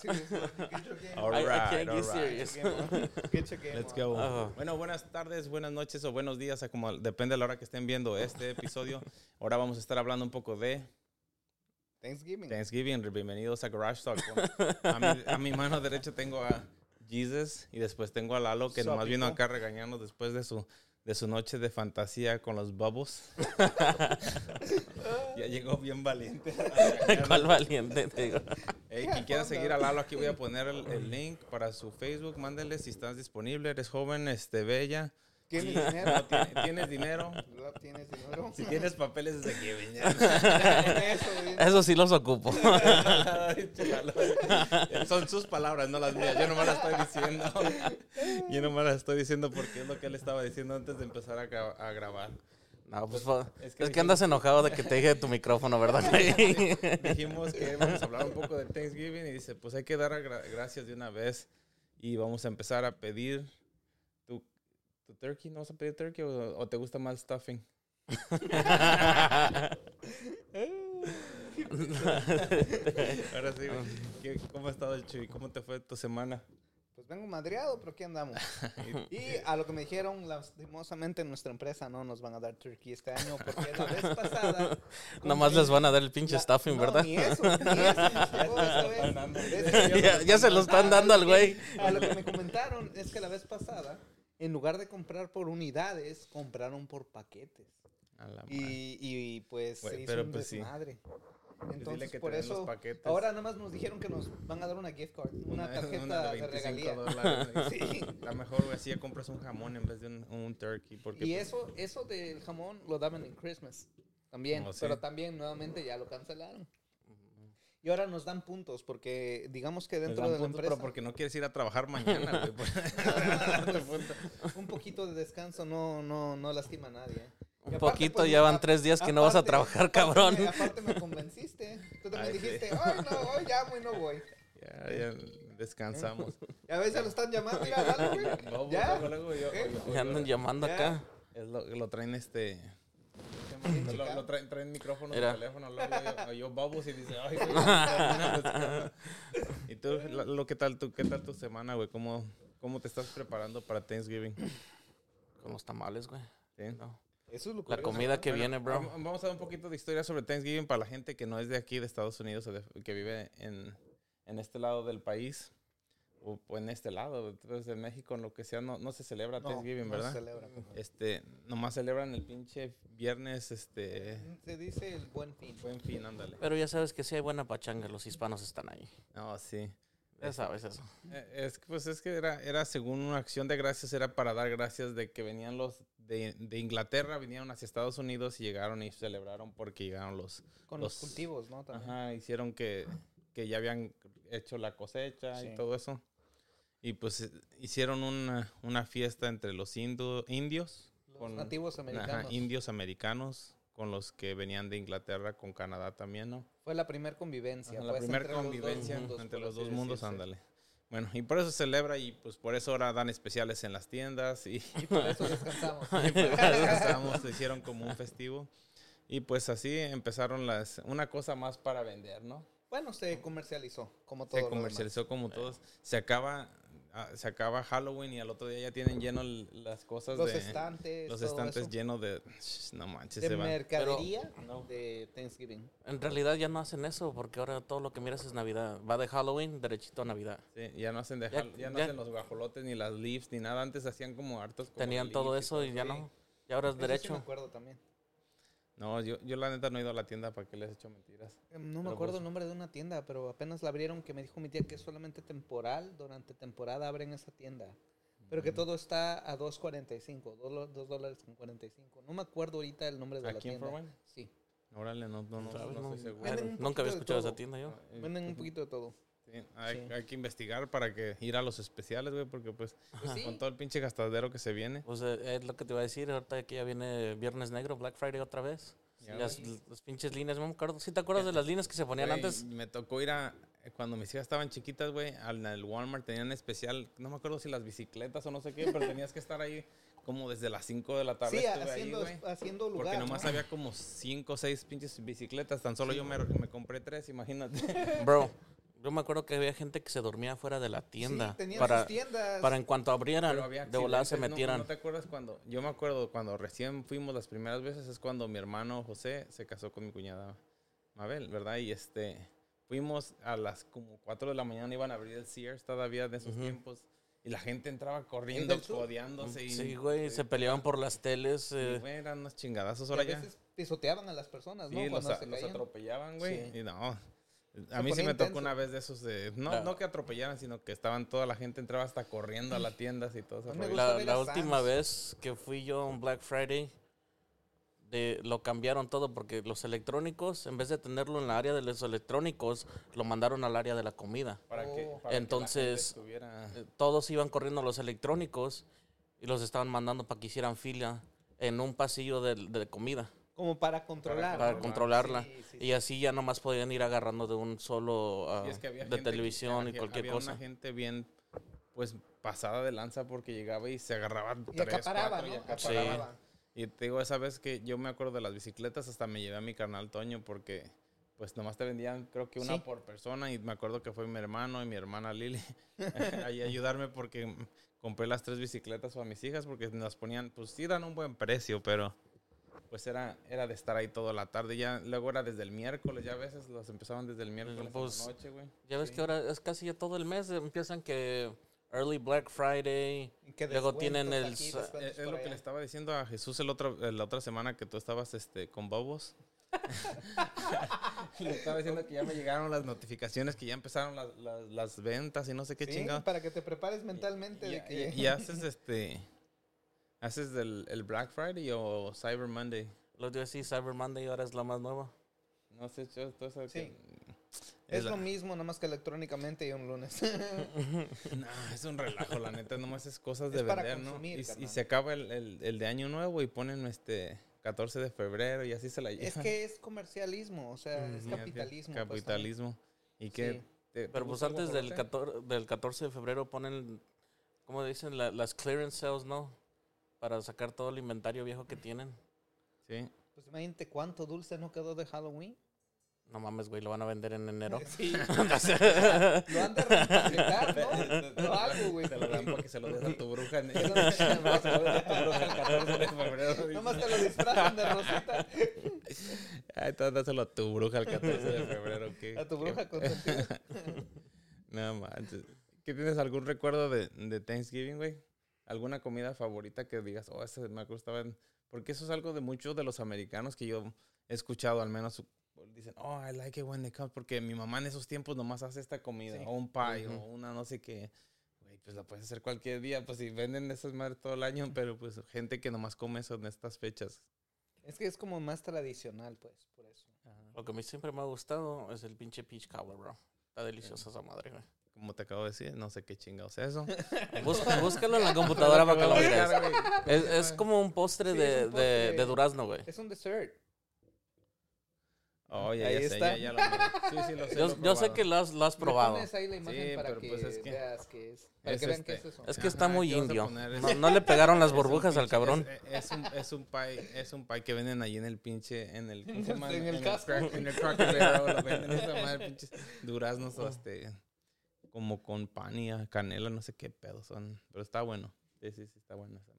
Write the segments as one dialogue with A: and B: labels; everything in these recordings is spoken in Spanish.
A: Sí, get your game
B: All
A: on.
B: right,
C: I, I can't
B: all
C: get
B: right.
C: serious.
A: Get your game on. Get your game
B: Let's
A: on.
B: go.
C: Ajá.
B: Bueno, buenas tardes, buenas noches o buenos días, a como depende de la hora que estén viendo este episodio. Ahora vamos a estar hablando un poco de
A: Thanksgiving.
B: Thanksgiving. Bienvenidos a Garage Talk. Bueno, A mi, a mi mano derecha tengo a Jesus y después tengo a Lalo que
A: Sup,
B: nomás vino
A: hijo?
B: acá a regañarnos después de su, de su noche de fantasía con los bubbles. ya llegó bien valiente.
C: ¿Cuál valiente? Te digo.
B: Hey,
A: Yeah,
B: quien quiera
A: fondo.
B: seguir a Lalo, aquí voy a poner el, el link para su Facebook. Mándale si estás disponible, eres joven, este, bella.
A: ¿Tienes
B: y-
A: dinero?
B: Tien- ¿Tienes dinero?
A: ¿Lo ¿Tienes dinero?
B: Si tienes papeles es de aquí,
A: Eso, bien.
C: Eso sí los ocupo.
B: viña. Son sus palabras, no las mías. Yo nomás las estoy diciendo. Yo nomás las estoy diciendo porque es lo que él estaba diciendo antes de empezar a, gra- a grabar.
C: No, pues fue-
B: Es
C: es
B: que
C: que,
B: dijimos-
C: andas enojado de que te dije de tu micrófono, ¿verdad?
B: Dijimos que vamos a hablar un poco de Thanksgiving y dice, pues hay que dar gra- gracias de una vez y vamos a empezar a pedir tu, tu turkey. ¿No vas a pedir turkey o, o te gusta más stuffing? Ahora sí, güey. ¿Qué- ¿cómo ha estado el Chuy? ¿Cómo te fue tu semana?
A: Pues vengo madreado, pero aquí andamos. Y a lo que me dijeron, lastimosamente en nuestra empresa no nos van a dar turkey este año porque la vez pasada.
C: Nomás les van a dar el pinche
A: La-
C: stuffing,
A: no,
C: ¿verdad?
A: Ni eso, ni eso. ¿eh? nos tocó esta vez.
B: están dando.
A: Esta vez-
C: ya, ya se lo están dando al güey.
A: A lo que me comentaron es que la vez pasada, en lugar de comprar por unidades, compraron por paquetes.
B: A la Ah, madre.
A: Y, y pues
B: Güey,
A: se hizo
B: pero
A: un
B: pues sí. Pues
A: desmadre.
B: dile
A: Entonces,
B: que te
A: por
B: den los
A: eso,
B: paquetes.
A: ahora nada más nos dijeron que nos van a dar una gift card, una, tarjeta
B: una
A: de, regalía.
B: dólares.
A: Sí.
B: La mejor, güey, así ya compras un jamón en vez de un, un turkey. Porque
A: Y
B: pues,
A: eso, eso del jamón lo daban en Christmas también,
B: Oh, sí.
A: pero también nuevamente ya lo cancelaron. Y ahora nos dan puntos porque digamos que
B: les
A: dentro
B: dan
A: de la
B: puntos, pero
A: empresa
B: porque no quieres ir a trabajar mañana, güey. pues,
A: un poquito de descanso no, no, no lastima a nadie. ¿eh? Y
C: Un
A: aparte,
C: poquito,
A: pues,
C: ya van
A: ap-
C: tres días que no vas a
A: aparte-
C: trabajar,
A: aparte
C: cabrón.
A: me- aparte me convenciste. Tú también
B: Ay, sí.
A: dijiste, hoy no, hoy llamo y no voy.
B: ya, ya descansamos.
A: Y a veces lo están llamando, mira, dale, güey.
B: Vamos,
A: Ya.
B: pues, luego, luego, yo-
A: ¿Eh?
B: yo-
C: Ya andan
B: yo-
C: llamando
A: Ya.
C: acá.
B: Es lo, lo traen este.
A: Bien
B: Lo, lo
A: checado.
B: traen, traen micrófono
C: Mira.
B: de teléfono, luego yo, yo babos y dice, ay, güey, una vez". ¿Y tú, lo, lo- qué tal tu, qué tal tu semana, güey? ¿Cómo, ¿Cómo te estás preparando para Thanksgiving?
C: Con los tamales, güey.
B: ¿Sí?
C: No.
A: Eso es lo
C: La
A: curioso.
C: comida que
B: Bueno,
C: viene,
B: vam-
C: bro.
B: Vamos a dar un poquito de historia sobre Thanksgiving para la gente que no es de aquí, de Estados Unidos, o de- que vive en, en este lado del país. O, o en este lado, desde México, en lo que sea, no, no se celebra
A: No,
B: Thanksgiving,
A: no se
B: ¿verdad?
A: celebra. pues.
B: Este, nomás celebran el pinche viernes, este...
A: Se dice el buen fin.
B: Buen fin, ándale.
C: Pero ya sabes que sí hay buena pachanga, los hispanos están ahí.
B: No, sí.
C: Ya sabes eso.
B: Eh, Es que, pues es que era, era según una acción de gracias, era para dar gracias de que venían los de, de Inglaterra, vinieron hacia Estados Unidos y llegaron y celebraron porque llegaron los...
A: Con
B: Los-
A: los, cultivos, ¿no? También.
B: Ajá, hicieron que, que ya habían hecho la cosecha y
A: Sí.
B: todo eso. Y pues eh, hicieron una, una fiesta entre los indo- indios,
A: Los
B: con-
A: nativos
B: ajá,
A: americanos.
B: indios americanos, con los que venían de Inglaterra, con Canadá también, ¿no?
A: Fue la primer convivencia.
B: Ajá, la
A: pues,
B: primera
A: entre los dos
B: convivencia
A: mundos,
B: entre
A: por
B: los
A: así
B: dos mundos,
A: decirse.
B: ándale. Bueno, y por eso se celebra y pues por eso ahora dan especiales en las tiendas y pues,
A: Y por eso descansamos.
B: Descansamos, lo hicieron como un festivo. Y pues así empezaron las una cosa más para vender, ¿no?
A: bueno, se comercializó, como todo.
B: Se
A: lo demás.
B: comercializó como todos. Se acaba ah, se acaba Halloween y al otro día ya tienen lleno l- las cosas
A: Los
B: de
A: estantes.
B: los
A: todo
B: estantes
A: eso.
B: llenos de sh, no manches,
A: de
B: se van.
A: mercadería de Thanksgiving.
C: En realidad ya no hacen eso porque ahora todo lo que miras es Navidad. Va de Halloween derechito a Navidad.
B: Sí, ya no hacen de
C: Ya-
B: Hall- ya, no
C: ya-
B: hacen los guajolotes ni las leaves ni nada, antes hacían como hartos como
C: Tenían
B: leaves
C: todo
B: y
C: eso y ya
A: sí.
C: no. Y ahora es
A: Eso sí me
C: derecho.
A: acuerdo también.
B: No, yo, yo la neta no he ido a la tienda para que les he hecho mentiras.
A: Eh, No me
B: Pero
A: acuerdo
B: pues-
A: el nombre de una tienda, pero apenas la abrieron que me dijo mi tía que es solamente temporal, durante temporada abren esa tienda. Pero
B: Mm.
A: que todo está a 2.45, dola- dos dólares con 45. No me acuerdo ahorita el nombre de Pues la
B: ¿Aquí en
A: tienda.
B: Fort Wayne?
A: Sí.
B: Órale, no, no, no,
C: ¿Sabes?
B: no
C: Pues, No, eh,
B: estoy seguro.
A: Venden un
C: Nunca
A: poquito de
C: había escuchado
A: todo.
C: esa tienda yo.
B: Eh,
A: Venden un poquito de todo.
B: sí, hay,
A: sí.
B: hay que investigar para que ir a los especiales, güey, porque pues
A: Pues sí,
B: con todo el pinche gastadero que se viene.
C: Pues eh, es lo que te iba a decir, ahorita que ya viene Viernes Negro, Black Friday otra vez.
B: Ya,
C: las,
B: güey.
C: las pinches líneas, me acuerdo. ¿Sí te acuerdas de las líneas que se ponían
B: Güey,
C: antes?
B: Me tocó ir a. eh, Cuando mis hijas estaban chiquitas, güey, al, al Walmart tenían especial. No me acuerdo si las bicicletas o no sé qué, pero tenías que estar ahí como desde las 5 de la tarde.
A: Sí,
B: estuve ahí,
A: haciendo,
B: güey.
A: haciendo lugar.
B: Porque nomás
A: ¿no?
B: había como 5 o 6 pinches bicicletas. Tan solo yo me, me compré tres, imagínate.
C: Bro, Yo me acuerdo que había gente que se dormía fuera de la tienda.
A: Sí, tenían
C: para,
A: sus tiendas.
C: para en cuanto abrieran,
B: Pero había
C: de volada se
B: accidentes, ¿no?
C: metieran.
B: ¿no? te acuerdas cuando? Yo me acuerdo cuando recién fuimos las primeras veces, es cuando mi hermano José se casó con mi cuñada Mabel, ¿verdad? Y este, fuimos a las como 4 de la mañana, iban a abrir el Sears todavía de esos
C: Ujú.
B: tiempos, y la gente entraba corriendo,
A: del sur?
B: codeándose. y-
C: Sí, güey,
B: sí.
C: se peleaban por las teles.
B: Y,
C: eh,
B: güey, eran unos chingadazos
A: Y
B: ahora
A: a
B: ya.
A: veces pisoteaban a las personas,
B: Sí,
A: ¿no?
B: los,
A: Cuando
B: a-
A: se
B: los
A: caían.
B: atropellaban, güey.
C: Sí.
B: Y no. A mí
A: ponía
B: sí me
A: intenso.
B: tocó una vez de esos de... No,
C: La-
B: no que atropellaran, sino que estaban toda la gente, entraba hasta corriendo a las tiendas y todo. se
A: A mí me gusta
B: arrollaba.
C: la
A: ver
C: la
A: a
C: última
A: Sans.
C: vez que fui yo a un Black Friday, de, lo cambiaron todo porque los electrónicos, en vez de tenerlo en la área de los electrónicos, lo mandaron al área de la comida.
B: para que- para que
A: Oh.
B: la gente
C: Entonces,
B: estuviera-
C: Eh, Todos iban corriendo a los electrónicos y los estaban mandando para que hicieran fila en un pasillo de, de comida
A: Como para
B: Ah,
A: controlar.
C: para
A: ¿no?
C: controlarla.
A: Sí, sí,
C: Y así ya nomás podían ir agarrando de un solo ah,
B: Y es que había
C: de
B: gente que-
C: televisión y
B: había-
C: cualquier
B: había
C: cosa.
B: Una gente bien, pues, pasada de lanza porque llegaba y se agarraba
A: Y
B: tres,
A: acaparaba,
B: cuatro,
A: ¿no?
B: y acaparaba.
A: Acaparaba.
B: Y te digo, esa vez que yo me acuerdo de las bicicletas, hasta me llevé a mi carnal Toño porque, pues, nomás te vendían, creo que una
A: Sí.
B: por persona. Y me acuerdo que fue mi hermano y mi hermana Lili ahí a ayudarme porque compré las tres bicicletas para mis hijas porque nos ponían, pues, sí dan un buen precio, pero... Pues era, era de estar ahí toda la tarde. Ya luego era desde el miércoles, ya a veces los empezaban desde el miércoles
C: pues,
B: a la noche, güey.
C: Ya ves que ahora es casi ya todo el mes, eh, empiezan que early Black Friday.
A: Y que
C: Luego
A: descuentos
C: tienen el
A: aquí,
C: sa-
A: descuentos
B: Eh, Es,
A: por
B: lo que
A: allá.
B: le estaba diciendo a Jesús el otro, eh, la otra semana que tú estabas este, con Bobos. le estaba diciendo que ya me llegaron las notificaciones, que ya empezaron las, las- las ventas y no sé qué
A: Sí,
B: chingado.
A: Para que te prepares mentalmente
B: Y,
A: de que.
B: y- y haces este. ¿Haces el, el Black Friday o Cyber Monday?
C: Los días sí, Cyber Monday ahora es la más nueva.
B: No sé, yo todo eso que-
A: Sí.
B: Es,
A: es
B: la-
A: lo mismo, nada más que electrónicamente y un lunes.
B: Nah, es un relajo, la neta, nomás es cosas de
A: Es para
B: vender,
A: consumir,
B: ¿no? Y- Y,
A: carnal.
B: se acaba el, el- el de año nuevo y ponen este 14 de febrero y así se la
A: es
B: llevan.
A: que es comercialismo, o sea, es
B: Mira,
A: capitalismo. pues, también.
B: Capitalismo. y que
A: Sí.
B: te- te
C: Pero pues
B: gusta el
C: antes del,
B: guajolote?
C: 14, del 14 de febrero ponen, como dicen, La- las clearance sales, ¿no? Para sacar todo el inventario viejo que tienen.
B: Sí.
A: Pues imagínate cuánto dulce no quedó de Halloween.
C: No mames, güey, lo van a vender en enero.
A: Sí. lo han de reinterpretar, ¿no? Lo hago, güey.
B: Te lo dan para que se lo des a tu bruja. en-
A: lo des a tu bruja.
B: Se lo des a tu bruja el 14 de febrero.
A: Nada más te lo disfrazan de rosita
B: Ay, tú dáselo a tu bruja el 14 de febrero. ¿qué-
A: a tu
B: qué-
A: bruja consentida.
B: No manches. ¿Qué tienes algún recuerdo de, de Thanksgiving, güey? ¿Alguna comida favorita que digas, oh, esa me gustaba? Porque eso es algo de muchos de los americanos que yo he escuchado, al menos dicen, oh, I like it when they come, porque mi mamá en esos tiempos nomás hace esta comida,
A: Sí.
B: o un pie, o
C: Ujú.
B: una no sé qué. Güey, pues la puedes hacer cualquier día, pues si venden esas madres todo el año, pero pues gente que nomás come eso en estas fechas.
A: Es que es como más tradicional, pues, por eso.
C: Lo que a mí siempre me ha gustado es el pinche peach cobbler, bro. Está deliciosa esa madre, güey.
B: Como te acabo de decir, no sé qué chingados es eso.
C: Bus- búscalo en la computadora para que lo mires.
B: Claro, güey.
C: Es, es como un postre,
A: Sí,
C: de,
A: es un
C: de-
A: postre.
C: de durazno, güey.
A: Es un dessert.
B: Oh, ya,
A: Ahí
B: ya
A: está.
B: sé, ya, ya lo miré. Sí, sí, lo sé. lo
C: Yo,
B: he
C: yo sé
B: probado.
C: que lo has, lo has probado.
A: Le pones ahí la imagen
B: Sí,
A: para
B: pero
A: que
B: pues es que-
A: veas que es. Para
B: es
A: que vean
B: este.
A: que es eso.
C: Es que está
B: Ajá,
C: muy
B: ¿qué vas a
C: indio.
B: poner? Es-
C: No, no le pegaron las
B: Es un
C: burbujas al
B: pinche- e,
C: cabrón.
B: Es, es un, es un pie, es un pie que venden ahí en el pinche, en el, ¿cómo se llama?
A: En el casco.
B: crack- en el Cracker Barrel, lo venden esa madre, pinches duraznos o este, como con pan y ah, canela, no sé qué pedo son, pero está bueno. Sí, sí, sí, está bueno esa madre.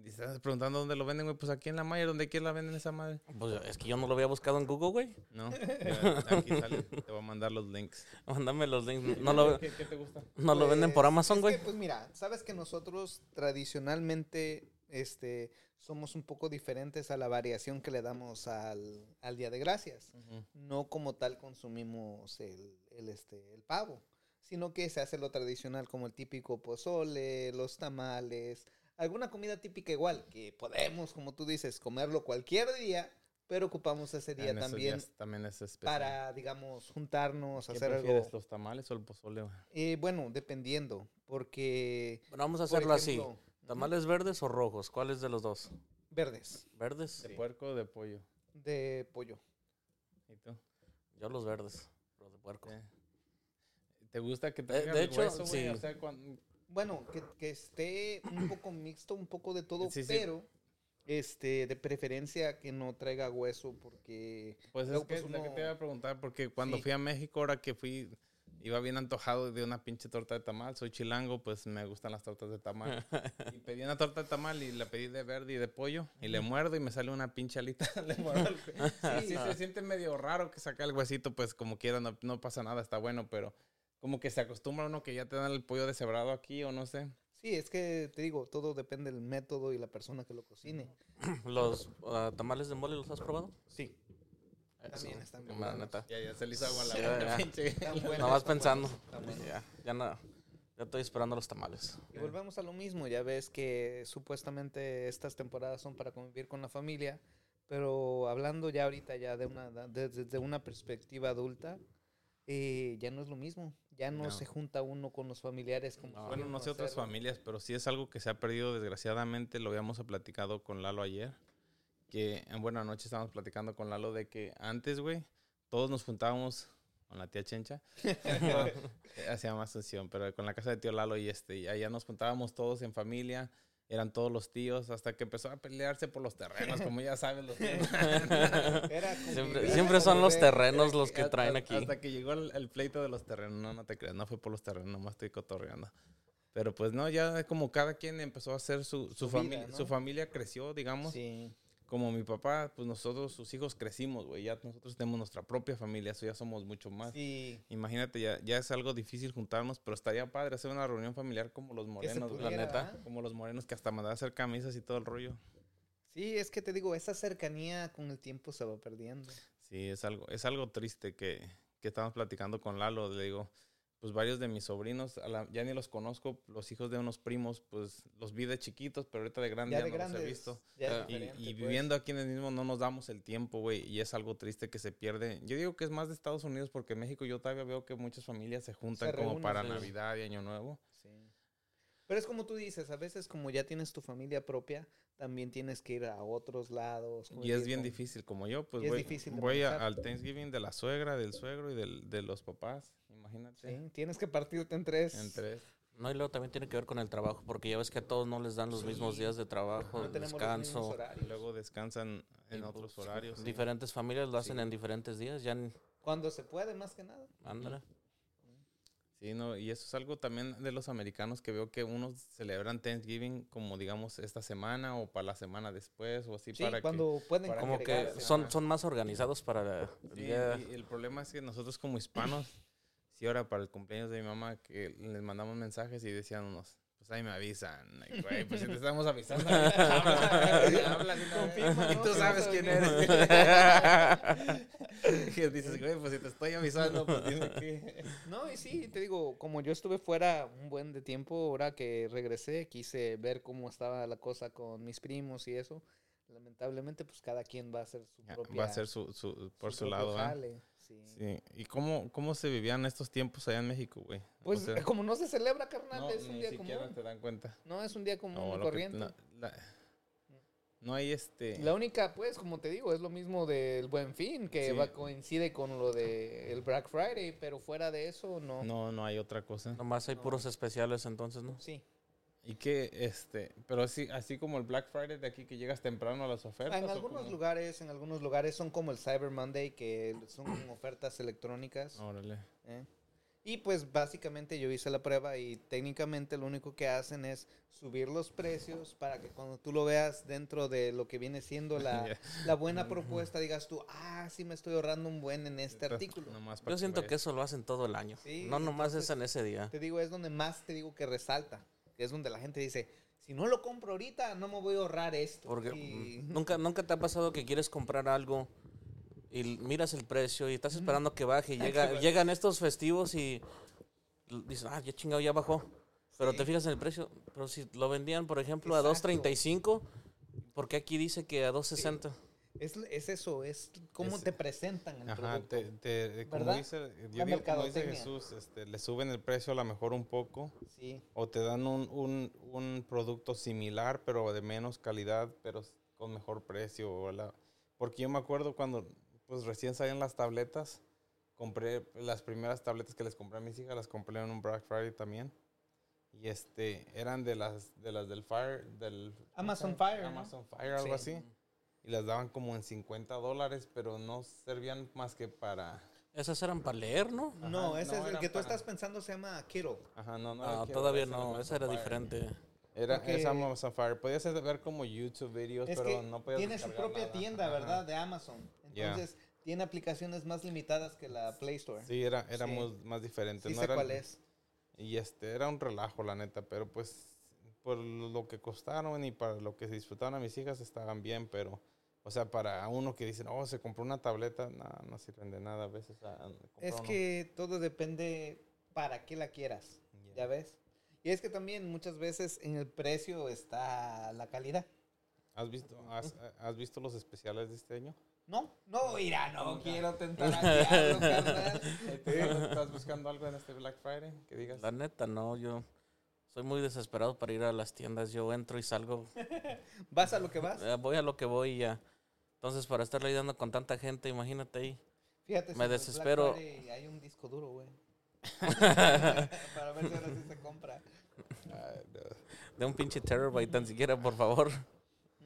B: Y estás preguntando dónde lo venden, güey, pues aquí en la Maya, donde quiera la venden esa madre.
C: Pues es que yo no lo había buscado en Google, güey.
B: No, ya, aquí sale, te voy a mandar los links.
C: Mándame los links. No lo,
B: ¿Qué, qué te gusta?
C: no lo venden por
A: Pues,
C: Amazon,
A: es
C: güey.
A: que, Pues mira, sabes que nosotros tradicionalmente este, somos un poco diferentes a la variación que le damos al, al Día de Gracias. No como tal consumimos el, el, este, el pavo, sino que se hace lo tradicional como el típico pozole, los tamales, alguna comida típica igual, que podemos, como tú dices, comerlo cualquier día, pero ocupamos ese
B: Ah, En
A: este día también
B: esos días también es especial.
A: para, digamos, juntarnos,
B: ¿Qué
A: hacer
B: prefieres,
A: algo.
B: los tamales o el pozole, güey?
A: Eh, bueno, dependiendo, porque...
C: Bueno, vamos a
A: por
C: hacerlo así.
A: ejemplo,
C: ¿Tamales verdes o rojos? ¿Cuáles de los dos?
A: Verdes,
C: ¿Verdes?
B: ¿De puerco o de pollo?
A: de pollo.
B: ¿Y tú?
C: Yo los verdes. Los de puerco.
B: ¿Te gusta que te
C: De- de
B: Eh, de
C: hecho,
B: hecho, hueso, güey?
C: sí.
B: O sea, cuan-
A: Bueno, que, que esté un poco mixto, un poco de todo,
B: Sí, sí.
A: pero este, de preferencia que no traiga hueso porque...
B: pues es
A: Luego,
B: que
A: pues,
B: es lo que
A: uno-
B: te iba a preguntar, porque cuando
A: Sí.
B: fui a México, ahora que fui, Iba bien antojado de una pinche torta de tamal. Soy chilango, pues me gustan las tortas de tamal. y pedí una torta de tamal y la pedí de verde y de pollo. Y le muerdo y me sale una pinche alita. le muerdo el- Sí, sí, se siente medio raro que saca el huesito, pues como quiera, no, no pasa nada, está bueno, pero como que se acostumbra uno que ya te dan el pollo deshebrado aquí o no sé.
A: Sí, es que te digo, todo depende del método y la persona que lo cocine.
B: pues
C: ¿Los ah, tamales de mole los has probado?
A: Sí. También están
C: No,
A: bien
C: la
A: buenos.
C: neta.
B: Ya, ya se le hizo agua a la
C: Sí,
B: boca,
C: ya.
B: pinche.
A: Están buenos,
C: Nada más
A: están
C: pensando.
A: buenos, están buenos.
C: Ya, ya no. Ya estoy esperando los tamales.
A: Y volvemos a lo mismo, ya ves que supuestamente estas temporadas son para convivir con la familia, pero hablando ya ahorita ya de una da- de- desde una perspectiva adulta, eh, ya no es lo mismo, ya no,
B: No.
A: se junta uno con los familiares como
C: No.
B: Bueno,
A: solíamos
B: no sé otras
A: hacerlo.
B: familias, pero sí es algo que se ha perdido desgraciadamente. Lo habíamos platicado con Lalo ayer. Que en buena noche estábamos platicando con Lalo de que antes, güey, todos nos juntábamos con la tía Chencha. Hacía más sesión, pero con la casa de tío Lalo y este. Y allá nos juntábamos todos en familia. Eran todos los tíos, hasta que empezó a pelearse por los terrenos, como ya sabes. Los
A: Era
C: Siempre,
A: convivir,
C: siempre son los
A: convivir.
C: terrenos los que
B: Hasta-
C: traen aquí.
B: Hasta que llegó el, el pleito de los terrenos. No, no te creas, no fue por los terrenos, nomás estoy cotorreando. Pero pues no, ya como cada quien empezó a hacer su, su,
A: Su vida,
B: familia,
A: ¿no?
B: su familia creció, digamos.
A: Sí.
B: Como mi papá, pues nosotros, sus hijos, crecimos, güey. Ya nosotros tenemos nuestra propia familia, eso ya somos mucho más.
A: Sí.
B: Imagínate, ya, ya es algo difícil juntarnos, pero estaría padre hacer una reunión familiar como los
A: que se
B: morenos, güey.
A: pudiera,
C: neta.
A: ¿verdad?
B: Como los morenos que hasta mandaba a hacer camisas y todo el rollo.
A: Sí, es que te digo, esa cercanía con el tiempo se va perdiendo.
B: Sí, es algo, es algo triste que, que estábamos platicando con Lalo. Le digo, pues varios de mis sobrinos, a la- ya ni los conozco, los hijos de unos primos, pues los vi de chiquitos, pero ahorita de grande
A: Ya
B: ya,
A: de
B: no
A: grandes.
B: los he visto.
A: ya
C: Ah,
A: es
B: Y,
A: diferente,
B: y
A: pues.
B: viviendo aquí en el mismo no nos damos el tiempo, güey, y es algo triste que se pierde. Yo digo que es más de Estados Unidos porque en México yo todavía veo que muchas familias se juntan como
A: reúnen,
B: para
C: sí.
B: Navidad y Año Nuevo.
A: Sí. Pero es como tú dices, a veces como ya tienes tu familia propia, también tienes que ir a otros lados.
B: Y es
A: convivir
B: bien
A: con-
B: difícil, como yo, pues
A: Y es
B: voy,
A: difícil de
B: voy a-
A: manejar.
B: al Thanksgiving de la suegra, del suegro y del- de los papás, imagínate.
A: Sí, tienes que partirte en tres.
B: Entre
C: No, y luego también tiene que ver con el trabajo, porque ya ves que a todos no les dan los mismos
A: Sí.
C: días de trabajo,
A: no tenemos los mismos
C: descanso.
B: Y
A: horarios.
B: luego descansan en
C: Y,
B: otros
C: pues,
B: horarios. sí.
C: Diferentes familias lo hacen
B: Sí.
C: en diferentes días, ya ni-
A: Cuando se puede, más que nada.
C: ándale.
B: Sí, no, y eso es algo también de los americanos que veo que unos celebran Thanksgiving como digamos esta semana o para la semana después o así
A: Sí,
B: para que...
A: cuando pueden.
B: para
C: Como
A: agregar, sí.
C: que son, son más organizados para el
B: Sí,
C: día.
B: y el problema es que nosotros como hispanos, si ahora para el cumpleaños de mi mamá que les mandamos mensajes y decían unos, pues ahí me avisan, Ay, güey, pues si te estamos avisando, habla, habla de una vez.
A: Confirma,
B: y
A: ¿no?
B: tú
A: Que
B: sabes
A: vas a
B: quién
A: venir.
B: eres. que dices, güey, pues si te estoy avisando, pues dime que...
A: No, y sí, te digo, como yo estuve fuera un buen de tiempo, ahora que regresé, quise ver cómo estaba la cosa con mis primos y eso. Lamentablemente, pues cada quien va a hacer su
B: Ya,
A: propia.
B: va a ser su, su- por su,
A: propio
B: lado. ¿ah?
A: jale, sí.
B: Sí. ¿Y cómo, cómo se vivían estos tiempos allá en México, güey? O
A: Pues
B: sea,
A: como no se celebra, carnal,
B: no,
A: es un
B: ni
A: día
B: siquiera
A: común.
B: te dan cuenta.
A: No, es un día común
B: No,
A: y
B: lo que-
A: corriente.
B: la- la- no hay este...
A: La única, pues, como te digo, es lo mismo del Buen Fin, que
B: Sí.
A: va, coincide con lo del el Black Friday, pero fuera de eso, no.
B: No, no hay otra cosa.
C: Nomás hay
A: No.
C: puros especiales entonces, ¿no?
A: Sí.
B: Y que, este, pero así, así como el Black Friday de aquí que llegas temprano a las ofertas.
A: Ah, En
B: ¿o
A: algunos
B: cómo?
A: lugares, en algunos lugares son como el Cyber Monday, que son como ofertas electrónicas.
B: Órale.
A: ¿eh? Y pues básicamente yo hice la prueba y técnicamente lo único que hacen es subir los precios para que cuando tú lo veas dentro de lo que viene siendo la, este
B: Ya.
A: la buena propuesta digas tú, ah, sí me estoy ahorrando un buen en este
B: Entonces,
A: artículo.
B: nomás para
C: Yo siento que
B: veas.
C: eso lo hacen todo el año.
A: Sí,
C: no, nomás es
A: entonces-
C: en ese día.
A: te digo, es donde más te digo que resalta. que Es donde la gente dice, si no lo compro ahorita, no me voy a ahorrar esto.
C: Porque
A: Y-
C: mm, nunca, nunca te ha pasado que quieres comprar algo y l- miras el precio y estás esperando que baje. Y llega, llegan estos festivos y l- dices, ah, ya chingado, ya bajó. Pero te
A: Sí.
C: fijas en el precio. Pero si lo vendían, por ejemplo,
A: Exacto.
C: a 2.35, ¿por qué aquí dice que a 2.60?
A: es, es eso, es cómo
B: Es-
A: te presentan el
B: Ajá,
A: producto.
B: te, te- como
A: ¿Verdad?
B: dice,
A: La
B: yo digo, como dice
A: mercadotecnia.
B: Jesús, este, le suben el precio a lo mejor un poco.
A: Sí,
B: O te dan un, un, un producto similar, pero de menos calidad, pero s- con mejor precio. o la- Porque yo me acuerdo cuando pues, recién salían las tabletas, compré las primeras tabletas que les compré a mis hijas, las compré en un Black Friday también. Y este, eran de las, de las del Fire, del...
A: Amazon Fire, ¿no?
B: Amazon Fire, algo
A: Sí.
B: así. Y las daban como en 50 dólares, pero no servían más que para...
C: Esas eran para leer, ¿no?
A: no,
B: Ajá,
A: ese
B: no,
A: es el
B: era
A: que tú
B: para-
A: estás pensando se llama Kittle.
B: Ajá, no, no.
C: No,
B: aquí,
C: Ah, todavía
B: esa
C: no,
B: nomás
C: esa era
B: Fire.
C: diferente.
B: Era
A: Porque-
B: esa Amazon Fire. Podías ver como YouTube videos,
A: Es
B: pero
A: que
B: no podías
A: tiene su
B: descargar
A: propia
B: nada.
A: tienda,
B: Ajá.
A: ¿verdad? De Amazon.
B: Ya.
A: Entonces, tiene aplicaciones más limitadas que la Play Store. Sí,
B: Sí, era, era
A: Sí.
B: mu- más diferente. no
A: sé
B: era-
A: cuál es.
B: Y este, era un relajo, la neta, pero pues por lo que costaron y para lo que disfrutaron a mis hijas estaban bien, pero, o sea, para uno que dicen, oh, se compró una tableta, no, no sirven de nada a veces. ah, comprar
A: Es
B: uno.
A: que todo depende para qué la quieras,
B: Ya.
A: ¿ya ves? Y es que también muchas veces en el precio está la calidad.
B: ¿Has visto, has, eh, has visto los especiales de este año?
A: No, no, mira, no quiero tentar a diablo, carnal.
B: ¿Estás buscando algo en este Black Friday? Que digas.
C: La neta, no, yo soy muy desesperado para ir a las tiendas. Yo entro y salgo,
A: ¿Vas a lo que vas?
C: eh, voy a lo que voy y ya. Entonces, para estar lidiando con tanta gente, imagínate ahí.
A: Fíjate,
C: Me
A: en el Black
C: desespero.
A: Friday hay un disco duro, güey. Para ver si ahora sí se compra.
B: "Ay, no".
C: De un pinche terabyte tan siquiera, por favor.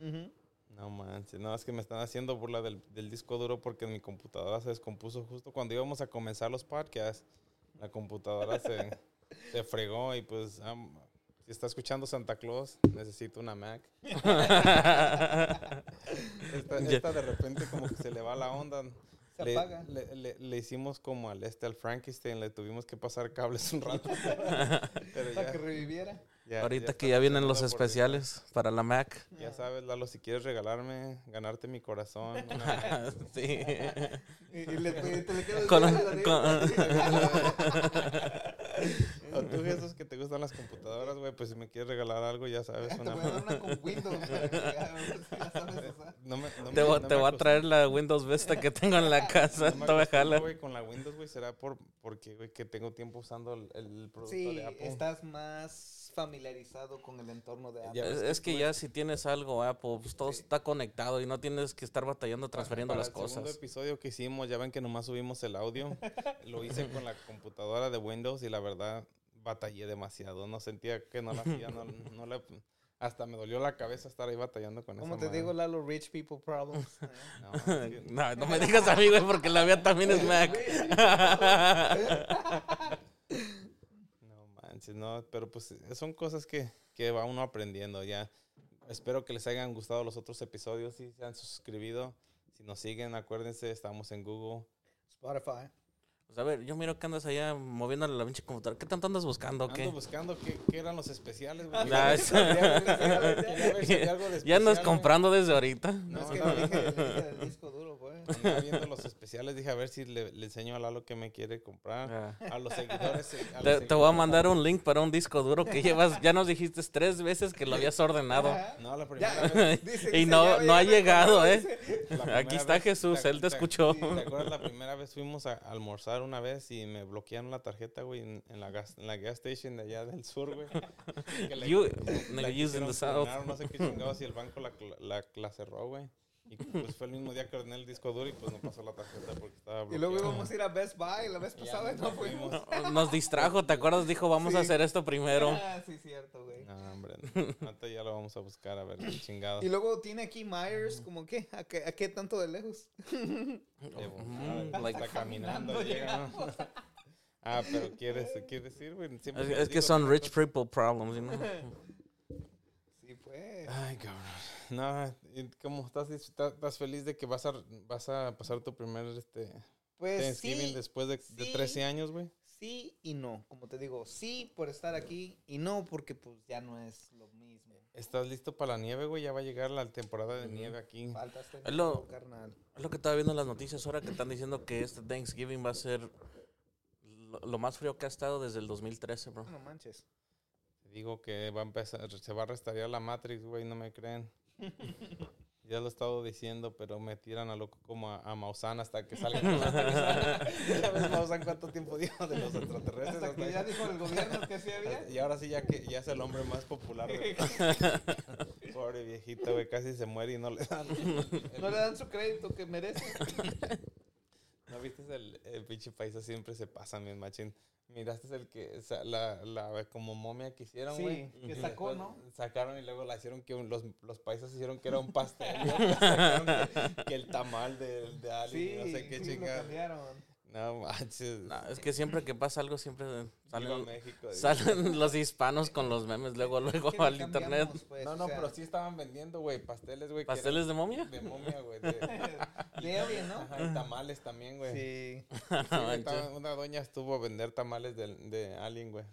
A: Ujú.
B: No manches, no, es que me están haciendo burla del, del disco duro porque mi computadora se descompuso justo cuando íbamos a comenzar los podcasts. La computadora se, se fregó y pues am- si está escuchando Santa Claus, necesito una Mac. Esta,
C: Ya.
B: esta de repente como que se le va la onda.
A: Se
B: le,
A: apaga.
B: Le, le- le hicimos como al este, al Frankenstein, le tuvimos que pasar cables un rato. Pero
A: Para que
B: ya,
A: reviviera.
B: ya-
C: Ahorita que
B: está
C: ya vienen los
B: funcionando por dicha.
C: especiales para la Mac.
B: Ya sabes, Lalo, si quieres regalarme, ganarte mi corazón. una-
C: sí.
A: Y, y le, te, te le
B: Pues
A: quedas
C: Con-
A: viendo a la
C: con-
B: O tú, Jesús, que te gustan las computadoras, güey, pues si me quieres regalar algo, ya sabes.
A: Ah, Te
B: Una...
A: voy a dar una con Windows para que a ver si la sabes usar.
B: No me, no me-
C: Te, voy-
B: no
C: te
B: me
C: voy a
B: acost-
C: traer la Windows Vista que tengo en la casa.
B: no me
C: todavía
B: acostumbro,
C: jala.
B: güey, con la Windows, güey, será por, porque, güey, que tengo tiempo usando el, el producto
A: Sí,
B: de Apple.
A: estás más familiarizado con el entorno de Apple.
B: Ya
C: Es,
B: ves
C: es que ya si tienes algo Apple, pues todo
A: Sí.
C: está conectado y no tienes que estar batallando transfiriendo
B: Para
C: las
B: El segundo
C: cosas.
B: episodio que hicimos, ya ven que nomás subimos el audio. lo hice con la computadora de Windows y la verdad batallé demasiado. No sentía que no la hacía, no, no la- Hasta me dolió la cabeza estar ahí batallando con
A: Como
B: esa
A: te
B: madre.
A: digo, Lalo, Rich People Problems. ¿eh?
B: No, es que-
C: No, no me digas a mí, güey, porque la mía también es Mac.
B: No manches, no, pero pues son cosas que, que va uno aprendiendo ya. Espero que les hayan gustado los otros episodios, si se han suscribido, si nos siguen, acuérdense, estamos en Google.
A: Spotify.
C: Pues a ver, yo miro que andas allá moviéndole la pinche computadora. ¿Qué tanto andas buscando? o qué?
B: Ando buscando qué, qué eran los especiales, güey.
C: Ah, es-
B: Quería ver- quería ver- quería ver si había algo de
C: Ya andas
B: especial,
C: comprando desde ahorita.
A: No,
B: No,
A: es que
B: no.
A: le dije, le dije del disco duro, pues. güey.
B: güey. Andaba viendo los especiales, dije a ver si le, le enseño a Lalo que me quiere comprar.
C: Ah.
B: A los seguidores. eh, a los
C: Te, te voy a
B: seguidores.
C: mandar un link para un disco duro que llevas. Ya nos dijiste tres veces que lo habías ordenado.
A: Ajá.
B: No, la primera
A: Ya,
B: vez.
A: dice,
C: Y
A: dice,
C: no-
A: ya va a
C: no ha
A: llegar el
C: llegado,
A: color,
C: ¿eh?
A: dice.
B: La
C: Aquí
B: primera
C: está
B: vez,
C: Jesús, él te escuchó.
B: ¿Te acuerdas la primera vez fuimos a almorzar una vez y me bloquearon la tarjeta, güey, en, en la, gas, en la gas station de allá del sur, güey? Que la-
C: You,
B: la
C: nigga, used in
B: quisieron
C: the South.
B: clonar, no sé qué chingados y el banco la, cl- la, la cerró, güey. Y pues fue el mismo día que ordené el disco duro y pues no pasó la tarjeta porque estaba
A: Y
B: bloqueada.
A: luego íbamos a ir a Best Buy la vez
B: Ya,
A: pasada y no fuimos.
C: Nos distrajo, ¿te acuerdas? Dijo, vamos a
A: Sí.
C: hacer esto primero.
A: Ah, sí, cierto, güey.
B: No, hombre, no. Ahorita ya lo vamos a buscar a ver qué chingados.
A: Y luego tiene aquí Myers, como que, ¿a qué, a qué tanto de lejos?
C: Mm,
B: Está
C: like-
B: caminando, llega. Ah, pero ¿quieres, quieres ir, güey? Siempre
C: es,
B: te
C: es que
B: digo,
C: son
B: siempre-
C: rich people problems, you know?
A: Sí, pues.
B: Ay, cabrón. No, y ¿cómo estás? dis- ta- ¿Estás feliz de que vas a, vas a pasar tu primer este,
A: Pues
B: Thanksgiving
A: sí,
B: después de, de
A: sí.
B: 13 años, güey?
A: sí y no. Como te digo, sí por estar aquí y no porque pues ya no es lo mismo.
B: ¿Estás listo para la nieve, güey? Ya va a llegar la temporada de nieve aquí.
A: Faltas
C: Es lo-
A: tiempo, carnal.
C: Es lo que estaba viendo en las noticias ahora que están diciendo que este Thanksgiving va a ser lo, lo más frío que ha estado desde el 2013, bro.
A: No manches.
B: Te Digo que va a empezar, se va a restaurar la Matrix, güey, no me creen. ya lo he estado diciendo, pero me tiran a loco como a, a Maussan hasta que salga. ya ves, Maussan, cuánto tiempo dijo de los extraterrestres.
A: Hasta que
B: Hasta
A: ya dijo el gobierno que sí había.
B: Y ahora sí ya que ya es el hombre más popular. güey. Pobre viejito, güey, casi se muere y no le dan.
A: No le dan su crédito que merece.
B: ¿No viste el, el pinche paisa siempre se pasa, mi machín? Miraste el que sa- la, la como momia que hicieron,
A: Sí,
B: güey.
A: que
B: Y
A: sacó,
B: después
A: ¿no?
B: Sacaron y luego la hicieron que un- los, los paisas hicieron que era un pastel. güey. Sacaron que, que el tamal de, de Ali,
A: Sí,
B: no sé qué
A: sí, lo
B: chingada.
A: cambiaron.
B: No manches.
C: No, es que siempre que pasa algo, siempre
B: Viva
C: salen,
B: México. dice.
C: salen los hispanos con los memes luego, luego
A: Es que le
C: al
A: cambiamos,
C: internet.
A: pues,
B: no,
A: o
B: no,
A: sea,
B: pero sí estaban vendiendo, güey, pasteles, güey. que eran
C: ¿Pasteles de momia?
B: De momia, güey. de-
A: De alien, ¿no?
B: Ajá, y tamales también, güey.
A: Sí.
B: Sí,
C: No
B: güey,
C: manches.
B: estaba- una doña estuvo a vender tamales de, de Alien, güey.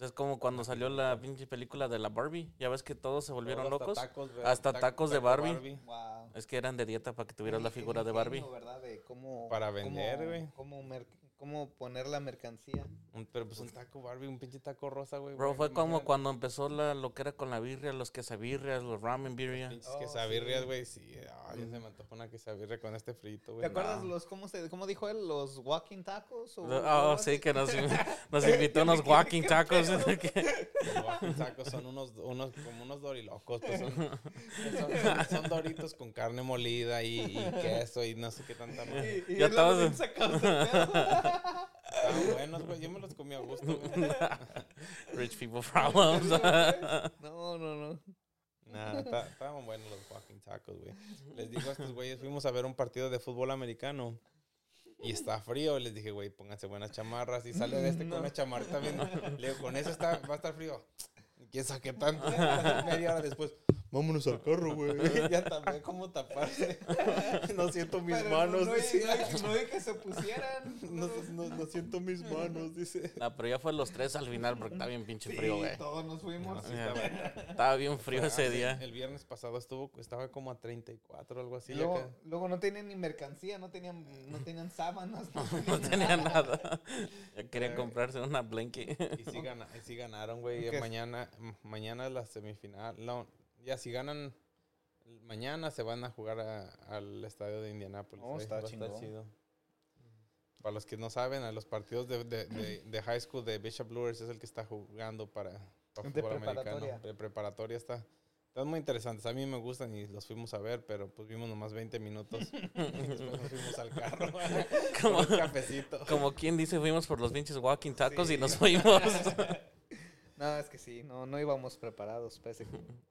C: Es como cuando salió la pinche película de la Barbie. Ya ves que todos se volvieron
B: Todos
C: locos.
B: Hasta tacos, güey,
C: Hasta
B: taco-
C: tacos de
B: taco
C: Barbie.
A: Wow.
C: Es que eran de dieta para que tuvieras
A: Un
C: la
A: ingen-
C: figura de Barbie.
A: ingenio, ¿verdad? De cómo,
B: Para
A: cómo-
B: vender, güey.
A: Cómo, mer- cómo poner la mercancía.
B: Un- pero pues un taco Barbie, un pinche taco rosa, güey.
C: Bro,
B: güey,
C: fue
B: no
C: como
B: mames,
C: cuando empezó la lo que era con la birria, los quesabirrias, los ramen birria.
B: Pinches
A: Oh,
B: quesabirrias,
A: sí.
B: güey. Sí, ay, ya se me antojó una quesabirria con este frito, güey.
A: ¿Te acuerdas
B: No.
A: los, cómo, se, cómo dijo él? ¿Los walking tacos? o
C: Oh,
A: algo
C: sí,
A: así?
C: que nos, nos invitó unos walking tacos.
B: Los walking tacos son unos, unos, como unos dorilocos, pues son, son, son doritos con carne molida y, y queso y no sé qué tanta madre.
A: Y, y
C: Ya
A: él lo
C: estabas-
A: bien sacado de pedo.
B: Estaban buenos, güey, yo me los comí a gusto, güey.
C: Rich people problems.
A: No, no, no.
B: Nah, ta- estaban buenos los walking tacos, güey. Les digo a estos güeyes, fuimos a ver un partido de fútbol americano. Y está frío. Y les dije, güey, pónganse buenas chamarras. Y sale de este con una chamarrita bien. Le digo, con eso está, va a estar frío. ¿Quién saque tanto? Media hora después, vámonos al carro, güey. ya tapé cómo taparse. no siento mis
A: Pero
B: manos,
A: No, no,
B: dice.
A: no- no de que se pusieran.
B: No, no- no siento mis manos, dice.
C: No, pero ya fue los tres al final porque estaba bien pinche
A: Sí,
C: frío, güey.
A: todos nos fuimos.
B: Sí, estaba-
C: Estaba bien Ah, frío
B: Ah,
C: ese
B: sí,
C: día.
B: El viernes pasado estuvo, estaba como a 34 o algo así.
A: Y
B: ya
A: luego,
B: que-
A: luego no tenían ni mercancía, no tenían, no tenían sábanas. no tenían
C: No
A: nada.
C: tenía nada. Yo quería
B: Ay.
C: comprarse una blankie.
B: Y sí, gana- y sí ganaron, güey.
A: Ok.
B: Mañana, m- mañana es la semifinal. No, ya si ganan mañana se van a jugar a- al estadio de Indianápolis.
A: Oh,
B: ahí
A: está
B: va a estar
A: chingón.
B: chido. Para los que no saben, a los partidos de, de- de- de high school de Bishop Lures es el que está jugando para, para
A: De
B: fútbol
A: preparatoria.
B: americano. De preparatoria está. Están muy interesantes. A mí me gustan y los fuimos a ver, pero pues vimos nomás 20 minutos. y después nos fuimos al carro. con
C: Como,
B: un cafecito.
C: como quien dice, fuimos por los pinches walking tacos
A: Sí.
C: y nos fuimos.
A: No, es que sí, no, no íbamos preparados. pues.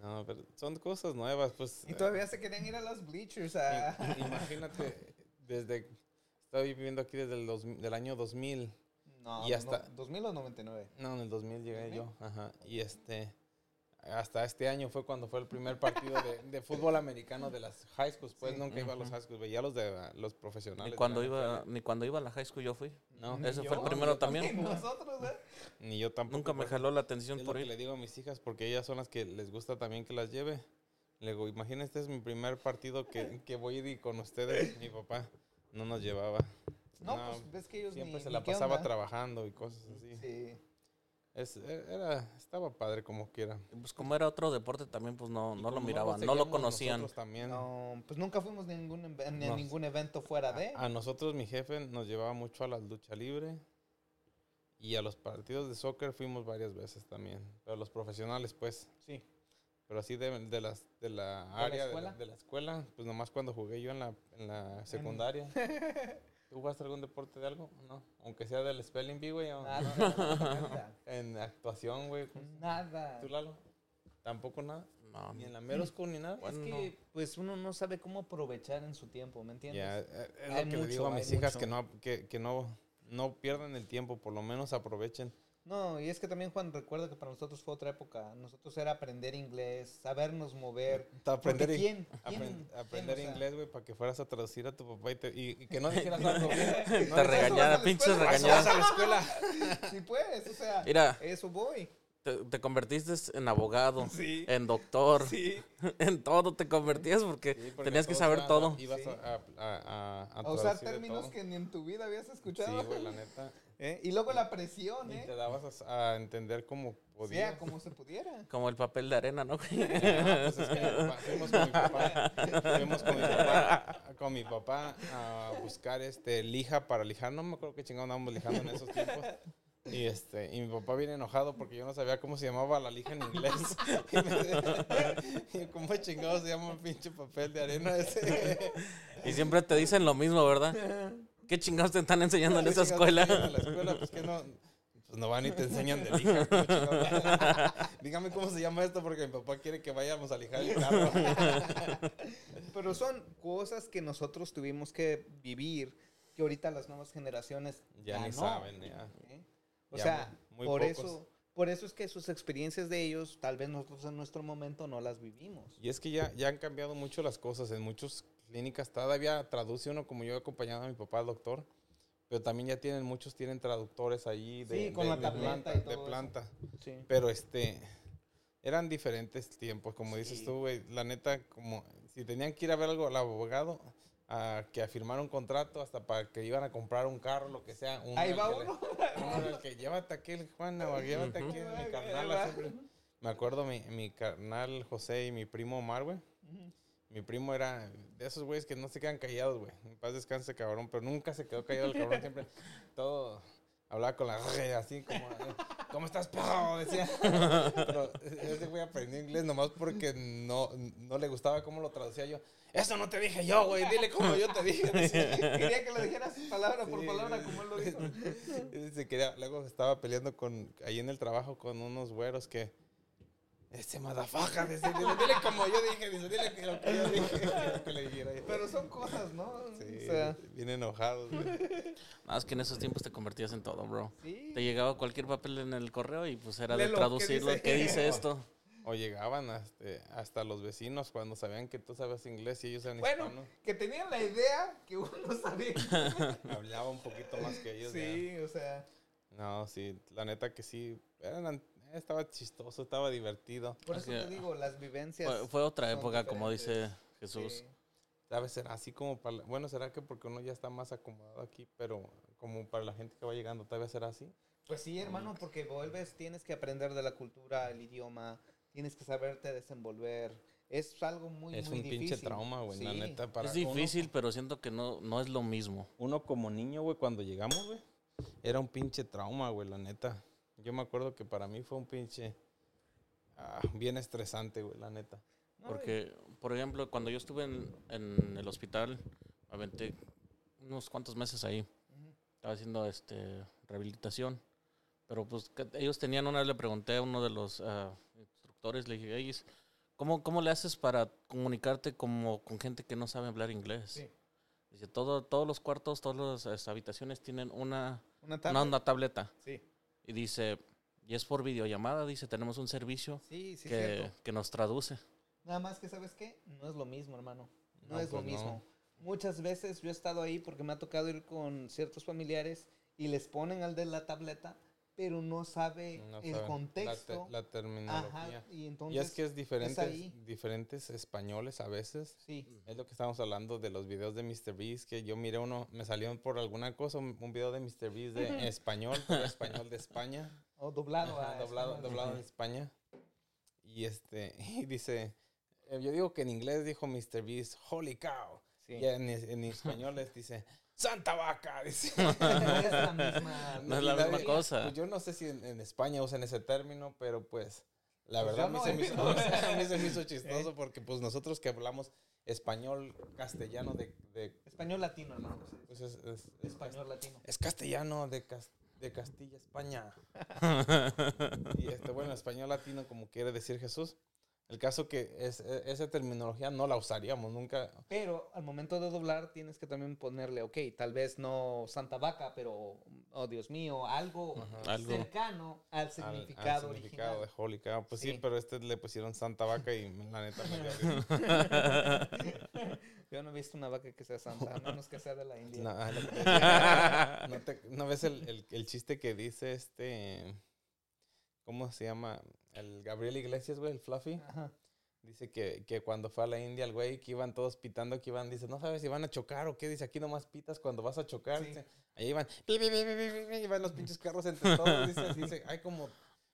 B: No, pero son cosas nuevas, pues.
A: Y
B: eh,
A: todavía se querían ir a los bleachers. a-
B: I- Imagínate, desde. Estoy viviendo aquí desde el dos- del año 2000.
A: No, pues
B: Y hasta-
A: no, 2000 o 99.
B: No, en el 2000 llegué
A: 2000.
B: yo. Ajá. Y este. Hasta este año fue cuando fue el primer partido de, de fútbol americano de las high schools. Pues
A: Sí.
B: nunca iba a los high schools, veía a los de la- los profesionales.
C: Ni
B: de
C: cuando
B: la
C: iba,
B: NFL.
C: ni cuando iba a la high school yo fui.
B: No,
A: Ni
C: Ese fue el
A: yo,
C: primero
A: ni
C: también.
A: Nosotros, ¿eh?
B: ni yo tampoco.
C: Nunca me
B: por eso
C: jaló la atención
B: es lo
C: por
B: que
C: ir.
B: le digo a mis hijas porque ellas son las que les gusta también que las lleve. Le digo, imagínate, este es mi primer partido que, que voy a ir con ustedes. Mi papá no nos llevaba.
A: No,
B: No,
A: pues ves que ellos
B: Siempre
A: ni-
B: se
A: ni
B: la
A: qué
B: pasaba
A: onda.
B: trabajando y cosas así.
A: Sí.
B: Es- e- era, estaba padre como quiera.
C: Y Pues como era otro deporte también, pues no,
B: Y
C: no lo
B: como
C: miraban, no lo
B: seguíamos
C: conocían.
B: Nosotros también.
A: No, pues nunca fuimos a ningún, ev- ni a
B: No. Ah,
A: ningún evento fuera de.
B: A nosotros mi jefe nos llevaba mucho a la lucha libre y a los partidos de soccer fuimos varias veces también. Pero los profesionales pues.
A: Sí.
B: Pero así de, de las, de la área de la,
A: escuela?
B: de la escuela, pues nomás cuando jugué yo en la, en la secundaria. ¿Tú jugaste algún deporte de algo? No. Aunque sea del spelling bee, güey. o-
A: Nada. nada,
B: En actuación, güey. ¿cómo se llama?
A: Nada.
B: ¿Tú, Lalo? Tampoco nada.
C: No,
B: Ni en la mero school ni nada.
A: Es
C: Bueno,
A: que pues uno no sabe cómo aprovechar en su tiempo, ¿me entiendes?
B: Ya, eh, es
A: Hay
B: lo que le digo a
A: mucho,
B: mis
A: hay
B: hijas
A: mucho.
B: que no, que, que no, no pierdan el tiempo, por lo menos aprovechen.
A: No, y es que también Juan recuerda que para nosotros fue otra época. Nosotros era aprender inglés, sabernos mover. Porque
B: aprender in-
A: ¿quién?
B: apren-
A: ¿Quién?
B: aprender
A: ¿Quién? O sea,
B: inglés, güey, para que fueras a traducir a tu papá y, te- y- y que no dijeras algo bien. No
C: te
B: le-
A: regañaron,
C: regañara,
A: la
C: pinches
A: escuela.
B: Vas
C: regañadas.
B: a la escuela.
A: Sí, pues, o sea,
C: Mira,
A: eso voy.
C: te, te convertiste en abogado,
A: Sí.
C: en doctor,
A: Sí.
C: en todo te convertías porque,
B: Sí, porque
C: tenías que
B: todos
C: saber
B: iban a-
C: todo.
B: Ibas
A: Sí.
B: a, a- a-
A: A
B: a
A: usar
B: traducir de
A: términos
B: todo.
A: que ni en tu vida habías escuchado.
B: Sí, güey, la neta.
A: ¿Eh? Y luego la presión,
B: Y te
A: ¿eh?
B: dabas a, a entender cómo podías.
A: Sea como se pudiera.
C: Como el papel de arena, ¿no?
B: Ah, pues es que pa- fuimos con mi papá, fuimos con mi papá, con mi papá a buscar este lija para lijar, no me acuerdo qué chingado andábamos lijando en esos tiempos. Y este, y mi papá viene enojado porque yo no sabía cómo se llamaba la lija en inglés. Y me- y yo, cómo chingado se llama el pinche papel de arena ese.
C: Y siempre te dicen lo mismo, ¿verdad? ¿Qué chingados te están enseñando en esa
B: Chingados,
C: escuela?
B: En la escuela pues que no pues no van y te enseñan de lija. ¿cómo chingados? Dígame cómo se llama esto porque mi papá quiere que vayamos a lijar el carro.
A: Pero son cosas que nosotros tuvimos que vivir, que ahorita las nuevas generaciones
B: Ya ni
A: no.
B: saben, ya.
A: ¿eh? O
B: Ya
A: sea,
B: muy- muy
A: por
B: pocos.
A: eso por eso es que sus experiencias de ellos, tal vez nosotros en nuestro momento no las vivimos.
B: Y es que ya, ya han cambiado mucho las cosas. En muchas clínicas todavía traduce uno, como yo he acompañado a mi papá al doctor, pero también ya tienen, muchos tienen traductores allí de,
A: Sí, con
B: de-
A: la
B: de
A: tableta
B: planta.
A: y
B: de
A: todo eso.
B: planta.
A: Sí.
B: Pero este, eran diferentes tiempos, como dices
C: Sí.
B: tú, güey. La neta, como si tenían que ir a ver algo al abogado, a que a firmar un contrato, hasta para que iban a comprar un carro, lo que sea. uno
A: Ahí
B: era
A: va
B: el que le-
A: uno.
B: uno era el que llévate aquel, Juana, o llévate aquel, mi carnal.
A: Ahí va.
B: así, güey. Me acuerdo mi, mi carnal José y mi primo Omar, güey.
A: Ujú.
B: Mi primo era de esos güeyes que no se quedan callados, güey. En paz descanse, cabrón. Pero nunca se quedó callado el cabrón. Siempre todo hablaba con la R, así como... ¿Cómo estás, perro? Decía. Pero ese güey aprendió inglés nomás porque no, no le gustaba cómo lo traducía yo. Eso no te dije yo, güey. Dile como yo te dije. decía.
A: Quería que lo dijeras palabra por
B: Sí.
A: palabra como él lo dijo.
B: eh, Se quería- luego estaba peleando con, ahí en el trabajo con unos güeros que. Ese madafaja, dice, dile, dile como yo dije, dice, dile que lo que yo dije, lo que le dijera yo.
A: Pero son cosas, ¿no?
B: Sí,
A: O sea,
B: bien enojados. güey.
C: Más que en esos tiempos te convertías en todo, bro.
A: sí.
C: Te llegaba cualquier papel en el correo y pues era
A: Lelo,
C: de
A: ¿qué
C: traducirlo.
A: dice?
C: ¿Qué dice esto?
B: O llegaban hasta, eh, hasta los vecinos cuando sabían que tú sabías inglés y ellos eran
A: Bueno,
B: hispanos.
A: que tenían la idea que uno sabía.
B: Hablaba un poquito más que ellos.
A: sí, o sea.
B: ya. No, sí, la neta que sí. eran- estaba chistoso, estaba divertido.
A: Por eso
C: Así-
A: te digo, las vivencias.
C: Fue, fue otra
A: son
C: época, como dice
A: diferentes.
C: Jesús.
A: Sí.
B: ¿Sabes? Será así como para... la- Bueno, ¿será que porque uno ya está más acomodado aquí, pero como para la gente que va llegando, todavía será así?
A: Pues sí, hermano, porque vuelves, tienes que aprender de la cultura, el idioma, tienes que saberte desenvolver. Es algo muy,
B: es
A: muy
B: un
A: difícil.
B: pinche trauma, güey, la
A: Sí.
B: neta. Para
C: Es difícil, pero siento que no, no es lo mismo.
B: Uno, uno como niño, güey, cuando llegamos, güey, era un pinche trauma, güey, la neta. Yo me acuerdo que para mí fue un pinche... ah, bien estresante, güey, la neta.
A: No,
C: Porque, por ejemplo, cuando yo estuve en, en el hospital, aventé unos cuantos meses ahí.
A: Ujú.
C: Estaba haciendo este, rehabilitación. Pero pues que- ellos tenían una, le pregunté a uno de los ah, instructores, le dije, "Ey, ¿cómo, ¿cómo le haces para comunicarte como con gente que no sabe hablar inglés?
A: Sí.
C: Dice, todo, todos los cuartos, todas las eh, habitaciones tienen una,
A: Una tabla.
C: una, una tableta.
A: Sí,
C: Y dice, y es por videollamada, dice, tenemos un servicio
A: sí, sí, es
C: que,
A: cierto.
C: que nos traduce.
A: Nada más que, ¿sabes qué? No es lo mismo, hermano. No,
B: No,
A: es lo
B: pues, no.
A: mismo. Muchas veces yo he estado ahí porque me ha tocado ir con ciertos familiares y les ponen al de la tableta, pero no sabe
B: No
A: el
B: saben, la
A: contexto.
B: te- La, terminología.
A: Ajá, y entonces.
B: y es que es diferentes,
A: ahí.
B: diferentes españoles a veces.
A: Sí,
B: Es lo que estábamos hablando de los videos de Mr. Beast, que yo miré uno, me salió por alguna cosa un un video de Mr. Beast de español, pero español de España,
A: o doblado.
B: Ajá,
A: a
B: doblado,
A: español.
B: doblado en España. Y este, y dice, eh, yo digo que en inglés dijo Mr. Beast, holy cow.
A: Sí.
B: Y en, en español les dice, santa vaca, dice.
A: No es la misma.
C: No es la
B: Y
C: misma
B: nadie-
C: cosa.
B: pues yo no sé si en, en España usan ese término, pero pues la
A: Pues
B: verdad
A: yo no Eh.
B: a, mí
A: he
B: se me
A: visto.
B: hizo, a mí se me hizo chistoso porque pues nosotros que hablamos español, castellano de... de-
A: Español latino, hermano.
B: pues, es, es- es
A: Español latino.
B: cas- es castellano de, cas- de Castilla, España. y este, bueno, español latino como quiere decir Jesús. El caso que es, e- esa terminología no la usaríamos nunca.
A: Pero al momento de doblar tienes que también ponerle, ok, tal vez no Santa Vaca, pero, oh Dios mío, algo
B: Ajá.
C: Algo.
A: cercano al
B: al- al
A: significado,
B: significado
A: original.
B: de holy cow. Pues sí.
A: Sí.
B: pero este le pusieron santa vaca y la neta me dio risa.
A: Yo no he visto una vaca que sea santa, a menos que sea de la India.
B: No, ah, lo que te decía. ¿No te- no ves el, el- el chiste que dice este. ¿Cómo se llama? El Gabriel Iglesias, güey, el Fluffy.
A: Ajá.
B: Dice que, que cuando fue a la India, el güey, que iban todos pitando, que iban, dice, no sabes si van a chocar o qué. Dice, aquí nomás pitas cuando vas a chocar.
A: Sí.
B: dice. Ahí iban, pi, pi, pi, pi, pi, pi, iban los pinches carros entre todos. Dice, dice, hay como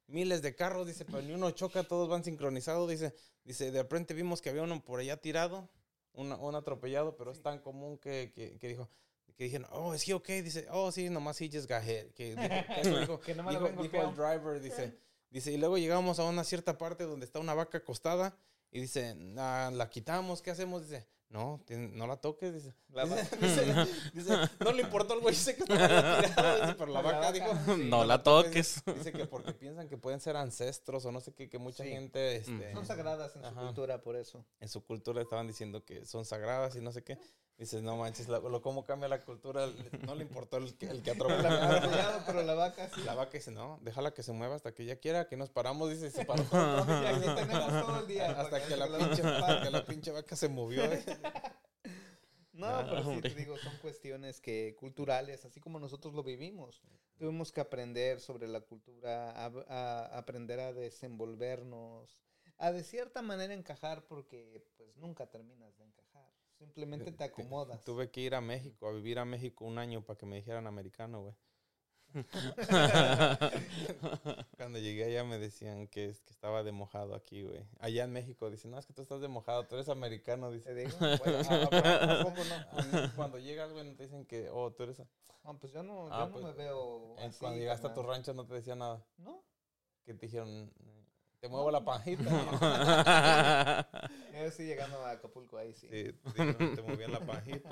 B: miles de carros, dice, pero ni uno choca, todos van sincronizados. Dice, dice, de repente vimos que había uno por allá tirado, una- un atropellado, pero es tan común que, que, que dijo, que dijeron, oh, es he okay? Dice, oh, sí, nomás he just got hit. Que, dijo, que eso dijo,
A: Que no me lo
B: dijo-
A: vengo
B: dijo el
A: feo.
B: driver, dice, dice, y luego llegamos a una cierta parte donde está una vaca acostada y dice, "Ah, la quitamos, ¿qué hacemos? Dice, no, tien- no la toques, dice.
A: La
B: dice,
A: vaca.
B: dice- dice, no le importó al güey, dice que estaba ahí tirado", dice, pero
A: La
B: la vaca,
A: vaca,
B: dijo,
A: sí.
B: "No
C: No la toques.
B: Dice que porque piensan que pueden ser ancestros o no sé qué, que mucha
A: Sí.
B: gente
C: Mm.
B: este,
A: Son sagradas en su
B: Ajá.
A: cultura, por eso.
B: en su cultura estaban diciendo que son sagradas y no sé qué. Dices, no manches, la- lo, cómo cambia la cultura. No le importó el que, el que atropelló.
A: La atropellado, pero la vaca sí.
B: La vaca dice, no, déjala que se mueva hasta que ella quiera, que nos paramos, dice, se paró.
A: Ya que tenemos todo el día.
B: hasta
A: para
B: que la
A: se
B: pinche, hasta
A: vaca-
B: que la pinche vaca se movió. eh.
A: No,
C: Ah,
A: pero sí te
C: hombre.
A: digo, son cuestiones que culturales, así como nosotros lo vivimos. Tuvimos que aprender sobre la cultura, a, a aprender a desenvolvernos, a de cierta manera encajar, porque pues nunca terminas de encajar. Simplemente te acomodas.
B: Eh, Tuve que ir a México, a vivir a México un año para que me dijeran americano, güey. Cuando llegué allá me decían que, es- que estaba de mojado aquí, güey. Allá en México dicen, no, es que tú estás de mojado, tú eres americano, dice.
A: Te digo,
B: Bueno,
A: bueno,
B: ah, ah, ¿a poco no? Cuando llegas, güey, no te dicen que, oh, tú eres...
A: no, pues yo no, yo
B: Ah,
A: no
B: pues,
A: me veo.
B: En-
A: así,
B: cuando llegaste a tu
A: Oh, carnal.
B: rancho no te decía nada.
A: No,
B: Que te dijeron, "Mm, te muevo la panjita.
A: yo sí llegando a Acapulco, ahí sí.
B: Sí, te dijeron, te movían la panjita.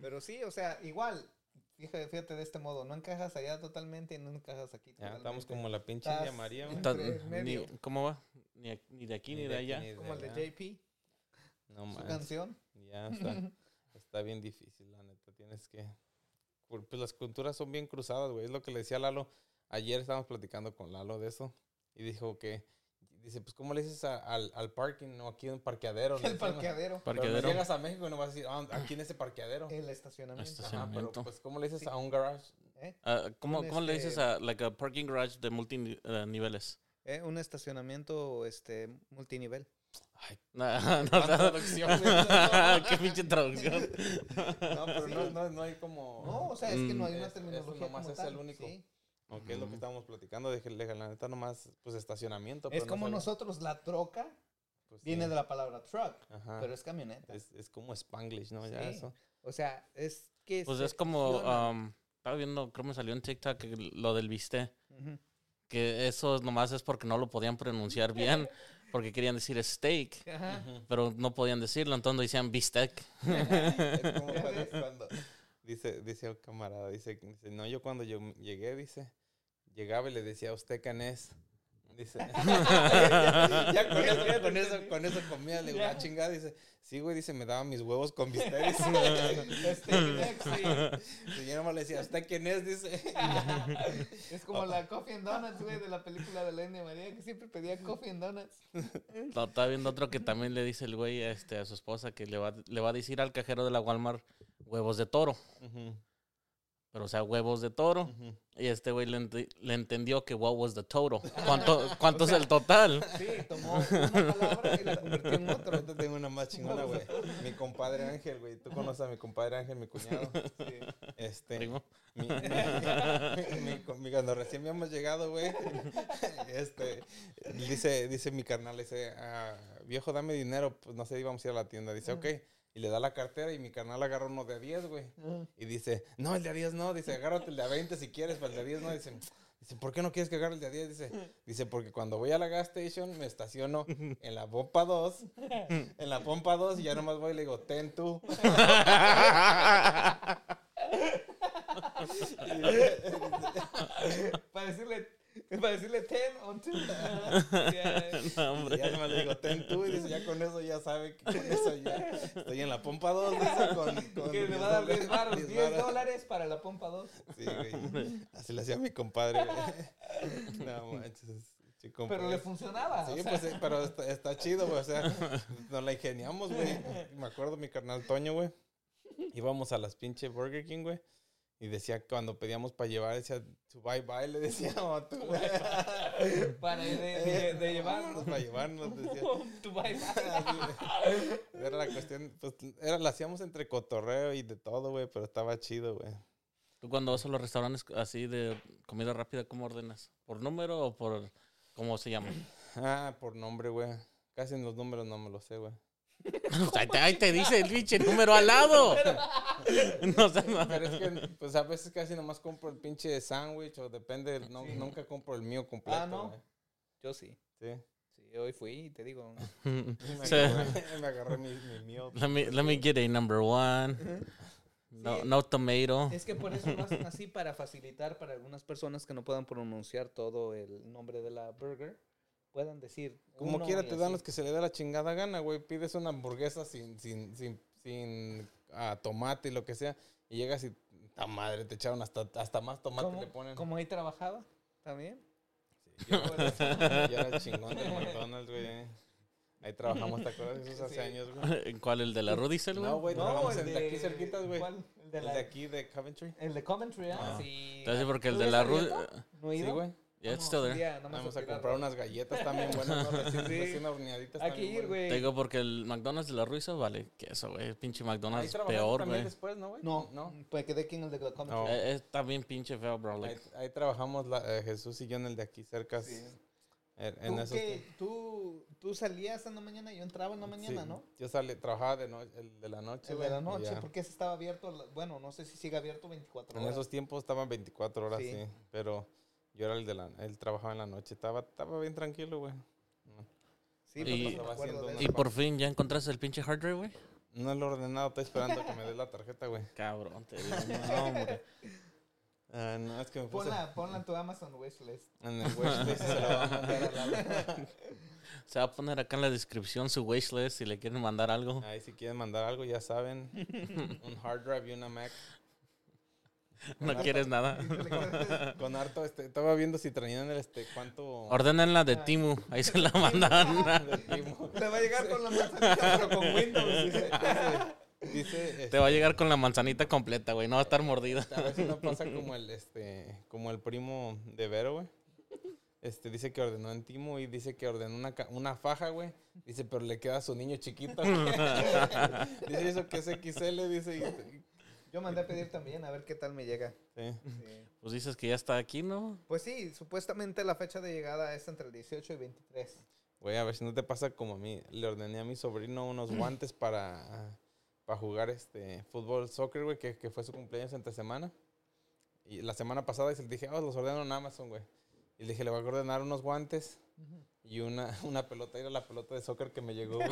A: Pero sí, o sea, igual, fíjate, fíjate de este modo, no encajas allá totalmente y no encajas aquí
B: Ya,
A: totalmente.
B: estamos como la pinche
A: Estás-
B: India María, güey.
A: Estás
C: Tan-
A: Entre medio.
C: ni- ¿Cómo va? Ni, ac- ni de aquí ni, de,
B: aquí,
C: allá.
B: ni de
A: Como el de
B: allá.
A: JP,
B: No
A: su
B: manches,
A: canción.
B: Ya está, está bien difícil, la neta. Tienes que. por- Pues las culturas son bien cruzadas, güey. Es lo que le decía Lalo. Ayer estábamos platicando con Lalo de eso. Y dijo que. Dice, pues, ¿cómo le dices a- al, al parking o aquí en parqueadero? Le
A: El
B: decimos.
A: parqueadero.
B: Pero no
C: Parqueadero.
B: llegas a México y no vas a decir, "Ah, aquí en ese parqueadero.
A: El estacionamiento.
B: Ajá,
C: estacionamiento.
B: pero, pues, ¿cómo le dices
A: Sí.
B: a un garage?
A: ¿eh?
C: Ah, ¿Cómo,
A: Un,
C: cómo le
A: este,
C: dices a like a parking garage de multiniveles?
A: Eh, Un estacionamiento este, multinivel.
C: No, no,
B: Tanta
C: no.
B: traducción, güey.
C: Qué pinche traducción.
B: No, pero
A: Sí.
B: no, no, no hay como.
A: No, o sea, es que no hay
B: Mm,
A: una
B: es-
A: terminología.
B: eso nomás
A: como
B: es
A: tal,
B: el único.
A: sí.
B: Aunque es lo que
C: Ujú.
B: estábamos platicando, de que de que la neta nomás, pues estacionamiento.
A: Es
B: pero no
A: como
B: sabe-
A: nosotros, la troca
B: pues,
A: viene
B: sí.
A: de la palabra truck,
B: Ajá.
A: pero es camioneta.
B: es, es como Spanglish, ¿no? Ya
A: Sí.
B: eso.
A: o sea, es que.
C: Pues
A: se
C: es como,
B: ah,
A: fusiona.
C: um, estaba viendo, creo me salió en TikTok que lo del bistec.
A: Ujú.
C: Que eso nomás es porque no lo podían pronunciar bien, porque querían decir steak,
A: Ajá.
C: pero no podían decirlo, entonces decían bistec.
B: es como
A: Ya
B: cuando,
A: ves.
B: cuando- dice, dice el camarada, dice, dice, no, yo cuando yo llegué, dice, llegaba y le decía a usted canés. Dice, ya con eso, con eso, con eso comía, le digo,
A: Ya.
B: "Ah, chingada, dice, sí, güey, dice, me daba mis huevos con bistec,
A: Este, next,
B: dice, yo nomás le decía, ¿usted quién es? Dice,
A: sí. es como la Coffee and Donuts, güey, de la película de la India María, que siempre pedía Coffee and Donuts.
C: No, Estaba viendo otro que también le dice el güey este, a su esposa que le va, le va a decir al cajero de la Walmart huevos de toro,
B: Ujú,
C: pero o sea, huevos de toro.
B: ujú.
C: Y este güey le, ente- le entendió que what was the total. ¿Cuánto, cuánto es el total?
A: Sí, tomó una palabra y la convirtió en otra.
B: Yo te tengo una más chingona, güey. Mi compadre Ángel, güey. Tú conoces a mi compadre Ángel, mi cuñado.
A: Sí.
B: Este.
C: Primo.
B: Mi, mi- mi- con- mi- cuando recién habíamos llegado, güey, este, dice, dice mi carnal, dice, "Ah, viejo, dame dinero, pues no sé, íbamos a ir a la tienda, dice, ok, y le da la cartera y mi carnal agarra uno de a 10, güey, y dice, no, el de a 10 no, dice, agárrate el de a 20 si quieres, pero el de a 10 no, dice, dice, ¿por qué no quieres que agarre el de a 10? Dice, dice, porque cuando voy a la gas station me estaciono en la pompa 2, en la pompa 2 y ya nomás voy y le digo, ten tú.
A: Para decirle, para decirle ten on two. eh,
C: No,
B: Y
C: hombre.
B: Ya nomás le digo, ten tú, y dice, ya con eso ya sabe que con eso ya estoy en la pompa 2, dice, con... con
A: Que le va a dar 10
B: 10
A: baros, 10
B: 10 varos.
A: dólares para la pompa 2.
B: Sí, güey. Así le hacía mi compadre, güey. No manches, sí, compadre.
A: Pero le funcionaba.
B: Sí,
A: o sea,
B: pues, eh, pero está, está chido, güey, o sea, nos la ingeniamos, güey. Me acuerdo mi carnal Toño, güey, íbamos a las pinche Burger King, güey. Y decía, cuando pedíamos para llevar, decía, tu bye bye, le decíamos a tu güey.
A: para de, de, de llevarnos.
B: Para llevarnos, decía.
A: Tu baile.
B: Así, era la cuestión, pues era, la hacíamos entre cotorreo y de todo, güey, pero estaba chido, güey.
C: Tú cuando vas a los restaurantes así de comida rápida, ¿cómo ordenas? ¿Por número o por cómo se llama?
B: Ah, por nombre, güey. Casi en los números no me lo sé, güey.
C: O sea, te- ahí te dice el pinche número al lado. No, o sea, no.
B: Pero es que, pues a veces casi nomás compro el pinche sándwich o depende, no-
A: Sí.
B: nunca compro el mío completo,
A: Ah, ¿no?
B: güey.
A: Yo sí.
B: Sí.
A: Sí, hoy fui y te digo.
B: Me
C: Sí.
B: agarré, me agarré mi, mi mío.
C: Let me, let me get a number one. No, no tomato.
A: Es que por eso lo hacen así para facilitar para algunas personas que no puedan pronunciar todo el nombre de la burger. Puedan decir.
B: Como
A: uno
B: quiera
A: y
B: te dan
A: así.
B: los que se le da la chingada gana, güey. Pides una hamburguesa sin, sin, sin, sin ah, tomate y lo que sea. Y llegas y, ta madre, te echaron hasta, hasta más tomate
A: ¿Cómo,
B: le ponen.
A: cómo ahí trabajaba también.
B: Yo era yo era el chingón del McDonald's, güey. eh. Ahí trabajamos, ¿te acuerdas? Eso hace
A: Sí.
B: años, güey.
C: ¿En cuál? ¿El de la Rudicel, güey?
B: No, güey, trabajamos en- de, aquí
A: de-
B: cerquitas, güey.
A: ¿cuál? El de,
B: El
A: la-
B: de aquí, de Coventry.
A: el de Coventry, ¿ah?
B: Ah.
A: Sí.
C: Entonces, porque el
A: ¿Tú
C: de
A: eres
C: la
A: abierto?
C: Rudicel...
A: ¿No he
B: Sí,
A: ido?
B: güey.
C: Yeah,
A: Vamos,
C: it's still
A: un
C: there.
A: día, nomás
B: Vamos a
A: olvidarlo.
B: comprar unas galletas también buenas, ¿no? Recién,
A: Sí.
B: recién horneaditas
A: Hay que
B: también
A: ir,
B: buenas.
C: Te
A: güey.
C: digo, porque el McDonald's de la Ruiza vale queso, güey. Pinche
B: Ahí
C: McDonald's es
B: trabajaste
C: peor,
B: también
C: güey.
B: después, ¿no, güey?
A: No,
B: No.
A: no. Pues quedé aquí en el de la Coventry.
B: No.
C: Eh, Es también pinche feo, bro.
B: Ahí,
C: like,
B: ahí trabajamos la- eh, Jesús y yo en el de aquí cerca.
A: Sí.
B: En, en
A: ¿Tú,
B: esos
A: qué? ¿Tú, tú salías en la mañana y yo entraba en la mañana,
B: Sí,
A: ¿no?
B: Yo salí, trabajaba de noche, el de la noche.
A: El de
B: güey,
A: la
B: y
A: noche,
B: ya.
A: porque ese estaba abierto, la- bueno, no sé si sigue abierto 24
B: En
A: horas.
B: esos tiempos estaban 24 horas, sí.
A: Sí.
B: Pero yo era el de la... Él trabajaba en la noche. Estaba, estaba bien tranquilo, güey.
A: sí,
C: Y-
A: porque me acuerdo de
B: Y-
A: eso.
C: y por fin ya encontraste el pinche hard drive, güey.
B: No lo he ordenado. Estoy esperando que me dé la tarjeta, güey.
C: Cabrón, te digo, no, hombre.
B: Ah, no, es que me puse
A: Ponla, ponla en tu Amazon wishlist.
B: en el wishlist. se la voy a mandar a la-
C: Se va a poner acá en la descripción su wishlist si le quieren mandar algo.
B: Ahí si quieren mandar algo, ya saben. Un hard drive y una Mac.
C: No quieres nada.
B: Con harto, este, estaba viendo si traían el, este, cuánto...
C: Ordenenla de Timu, ahí se la mandan.
B: de primo.
A: Le va a llegar con la manzanita, pero con Windows. dice.
B: Dice...
C: Te
B: este,
C: va a llegar con la manzanita completa, güey. No va a estar mordida.
B: A ver si no pasa como el, este, como el primo de Vero, güey. Este, dice que ordenó en Timo y dice que ordenó una, ca- una faja, güey. Dice, pero le queda a su niño chiquito. güey. dice eso que es XL, dice. y-
A: Yo mandé a pedir también, a ver qué tal me llega.
B: sí.
A: Sí.
C: Pues dices que ya está aquí, ¿no?
A: Pues sí, supuestamente la fecha de llegada es entre el 18 y 23.
B: Güey, a ver si no te pasa como a mí. Le ordené a mi sobrino unos guantes para, para jugar este fútbol, soccer, güey, que, que fue su cumpleaños entre semana. Y la semana pasada y se le dije, oh, los ordeno en Amazon, güey. Y le dije, le voy a ordenar unos guantes. Y una, una pelota, era la pelota de soccer que me llegó. güey.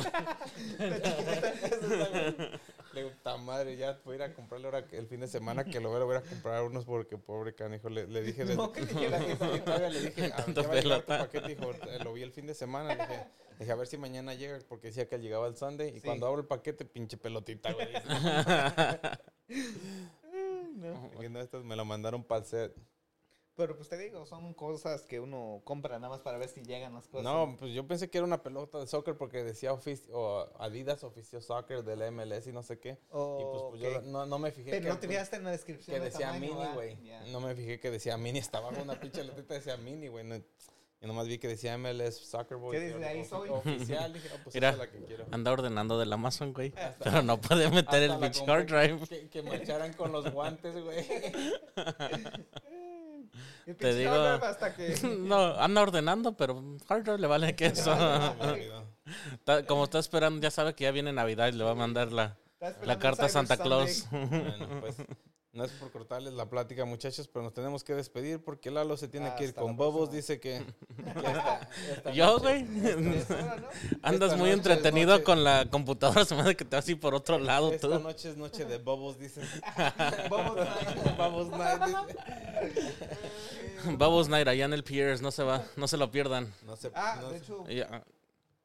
B: le digo, ta madre, ya voy a ir a comprarle ahora que- el fin de semana que lo voy a, voy a ir a comprar unos porque pobre canijo. Le, le dije, desde-
A: No, que le llega
B: y todavía le dije, "Ah,
C: Tanta
B: ya va a llegar tu
C: pelota.
B: paquete", dijo, "Eh, lo vi el fin de semana. Le dije, le dije, a ver si mañana llega porque decía que llegaba el Sunday. Y
A: Sí.
B: cuando abro el paquete, pinche pelotita, güey. Dije, no, estas me la mandaron para el set.
A: Pero pues te digo, son cosas que uno compra nada más para ver si llegan las cosas.
B: No, pues yo pensé que era una pelota de soccer porque decía ofici- o Adidas ofició soccer del MLS y no sé qué.
A: O-
B: Y pues, pues, yo
A: ok.
B: no, no me fijé
A: Pero
B: que,
A: no te fijaste en la descripción.
B: que
A: de
B: decía
A: tamaño,
B: mini,
A: ¿va?
B: güey.
A: Ya.
B: No me fijé que decía mini. Hasta abajo una pinche letrita decía mini, güey. No, yo nomás vi que decía MLS Soccer Boy.
A: ¿Qué dice?
B: y
A: Ahí
B: ofi-
A: soy.
B: Oficial. Dije, oh, pues
C: Mira.
B: esa es la que quiero.
C: Anda ordenando del Amazon, güey. Pero no puede meter el
B: Hasta la
C: bitch
B: compré
C: hard drive.
B: Que, que marcharan con los guantes, güey. Mm.
A: Y el
C: Te
A: pinche
C: digo-
A: Albert Hasta que...
C: No, anda ordenando, pero hard drive le vale queso. Está- Como está esperando, ya sabe que ya viene Navidad y le va a mandar la,
A: Está esperando
C: la
A: el
C: carta a
A: Cyber
C: Santa
A: Sunday.
C: Claus.
B: Bueno, pues no es por cortarles la plática, muchachos, pero nos tenemos que despedir porque Lalo se tiene que ir
A: Hasta
B: con
A: la
B: Bobos.
A: próxima.
B: Dice que. que esta- esta
C: Yo,
B: noche-
C: güey.
A: Es hora, ¿no?
C: Andas
B: Esta noche
C: muy
B: es
C: entretenido
B: noche-
C: con la computadora, se me hace que te vas a ir por otro lado
B: Esta
C: tú.
B: noche es noche de Bobos, dice.
A: Vamos a-
B: Bobos Night. dice.
A: Ah,
C: Babos Night allá en el Pierce, no se va, no se lo pierdan.
B: No sé.
A: Ah,
B: no
A: de
B: sé.
A: hecho,
C: Ya,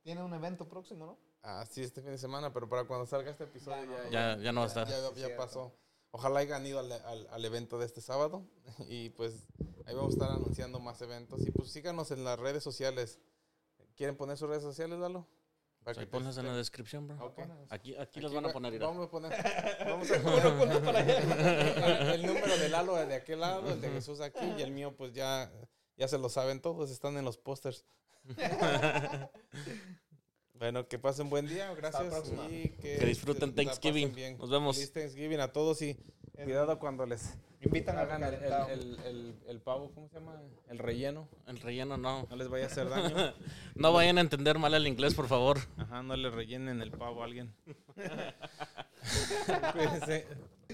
A: tiene un evento próximo, ¿no?
B: Ah, sí, este fin de semana, pero para cuando salga este episodio ya,
C: ya, ya no va a estar.
B: ya- ya
A: Sí, cierto.
B: pasó. Ojalá hayan ido al, al- al evento de este sábado y pues ahí vamos a estar anunciando más eventos. Y pues síganos en las redes sociales. ¿Quieren poner sus redes sociales, Lalo? Para
C: Pues Ahí
B: te-
C: ponlas en la descripción, bro.
B: Ok.
C: Aquí, aquí,
B: Aquí
C: los van a
B: va-
C: poner. mira.
B: Vamos a poner. Vamos a poner el número de Lalo de aquel lado, el de Jesús aquí y el mío, pues ya, ya se lo saben todos, están en los pósters. bueno, que pasen buen día, gracias.
A: la próxima.
B: y que,
C: Que disfruten
B: se la
C: Thanksgiving.
B: pasen bien.
C: Nos vemos.
B: Feliz Thanksgiving a todos y cuidado cuando les
A: Invitan a
B: hagan el, el,
A: recalentado.
B: el- el- el pavo, ¿cómo se llama? El relleno.
C: El relleno no.
B: No les vaya a hacer daño.
C: No vayan a entender mal el inglés, por favor.
B: Ajá, no le rellenen el pavo a alguien. Cuídense.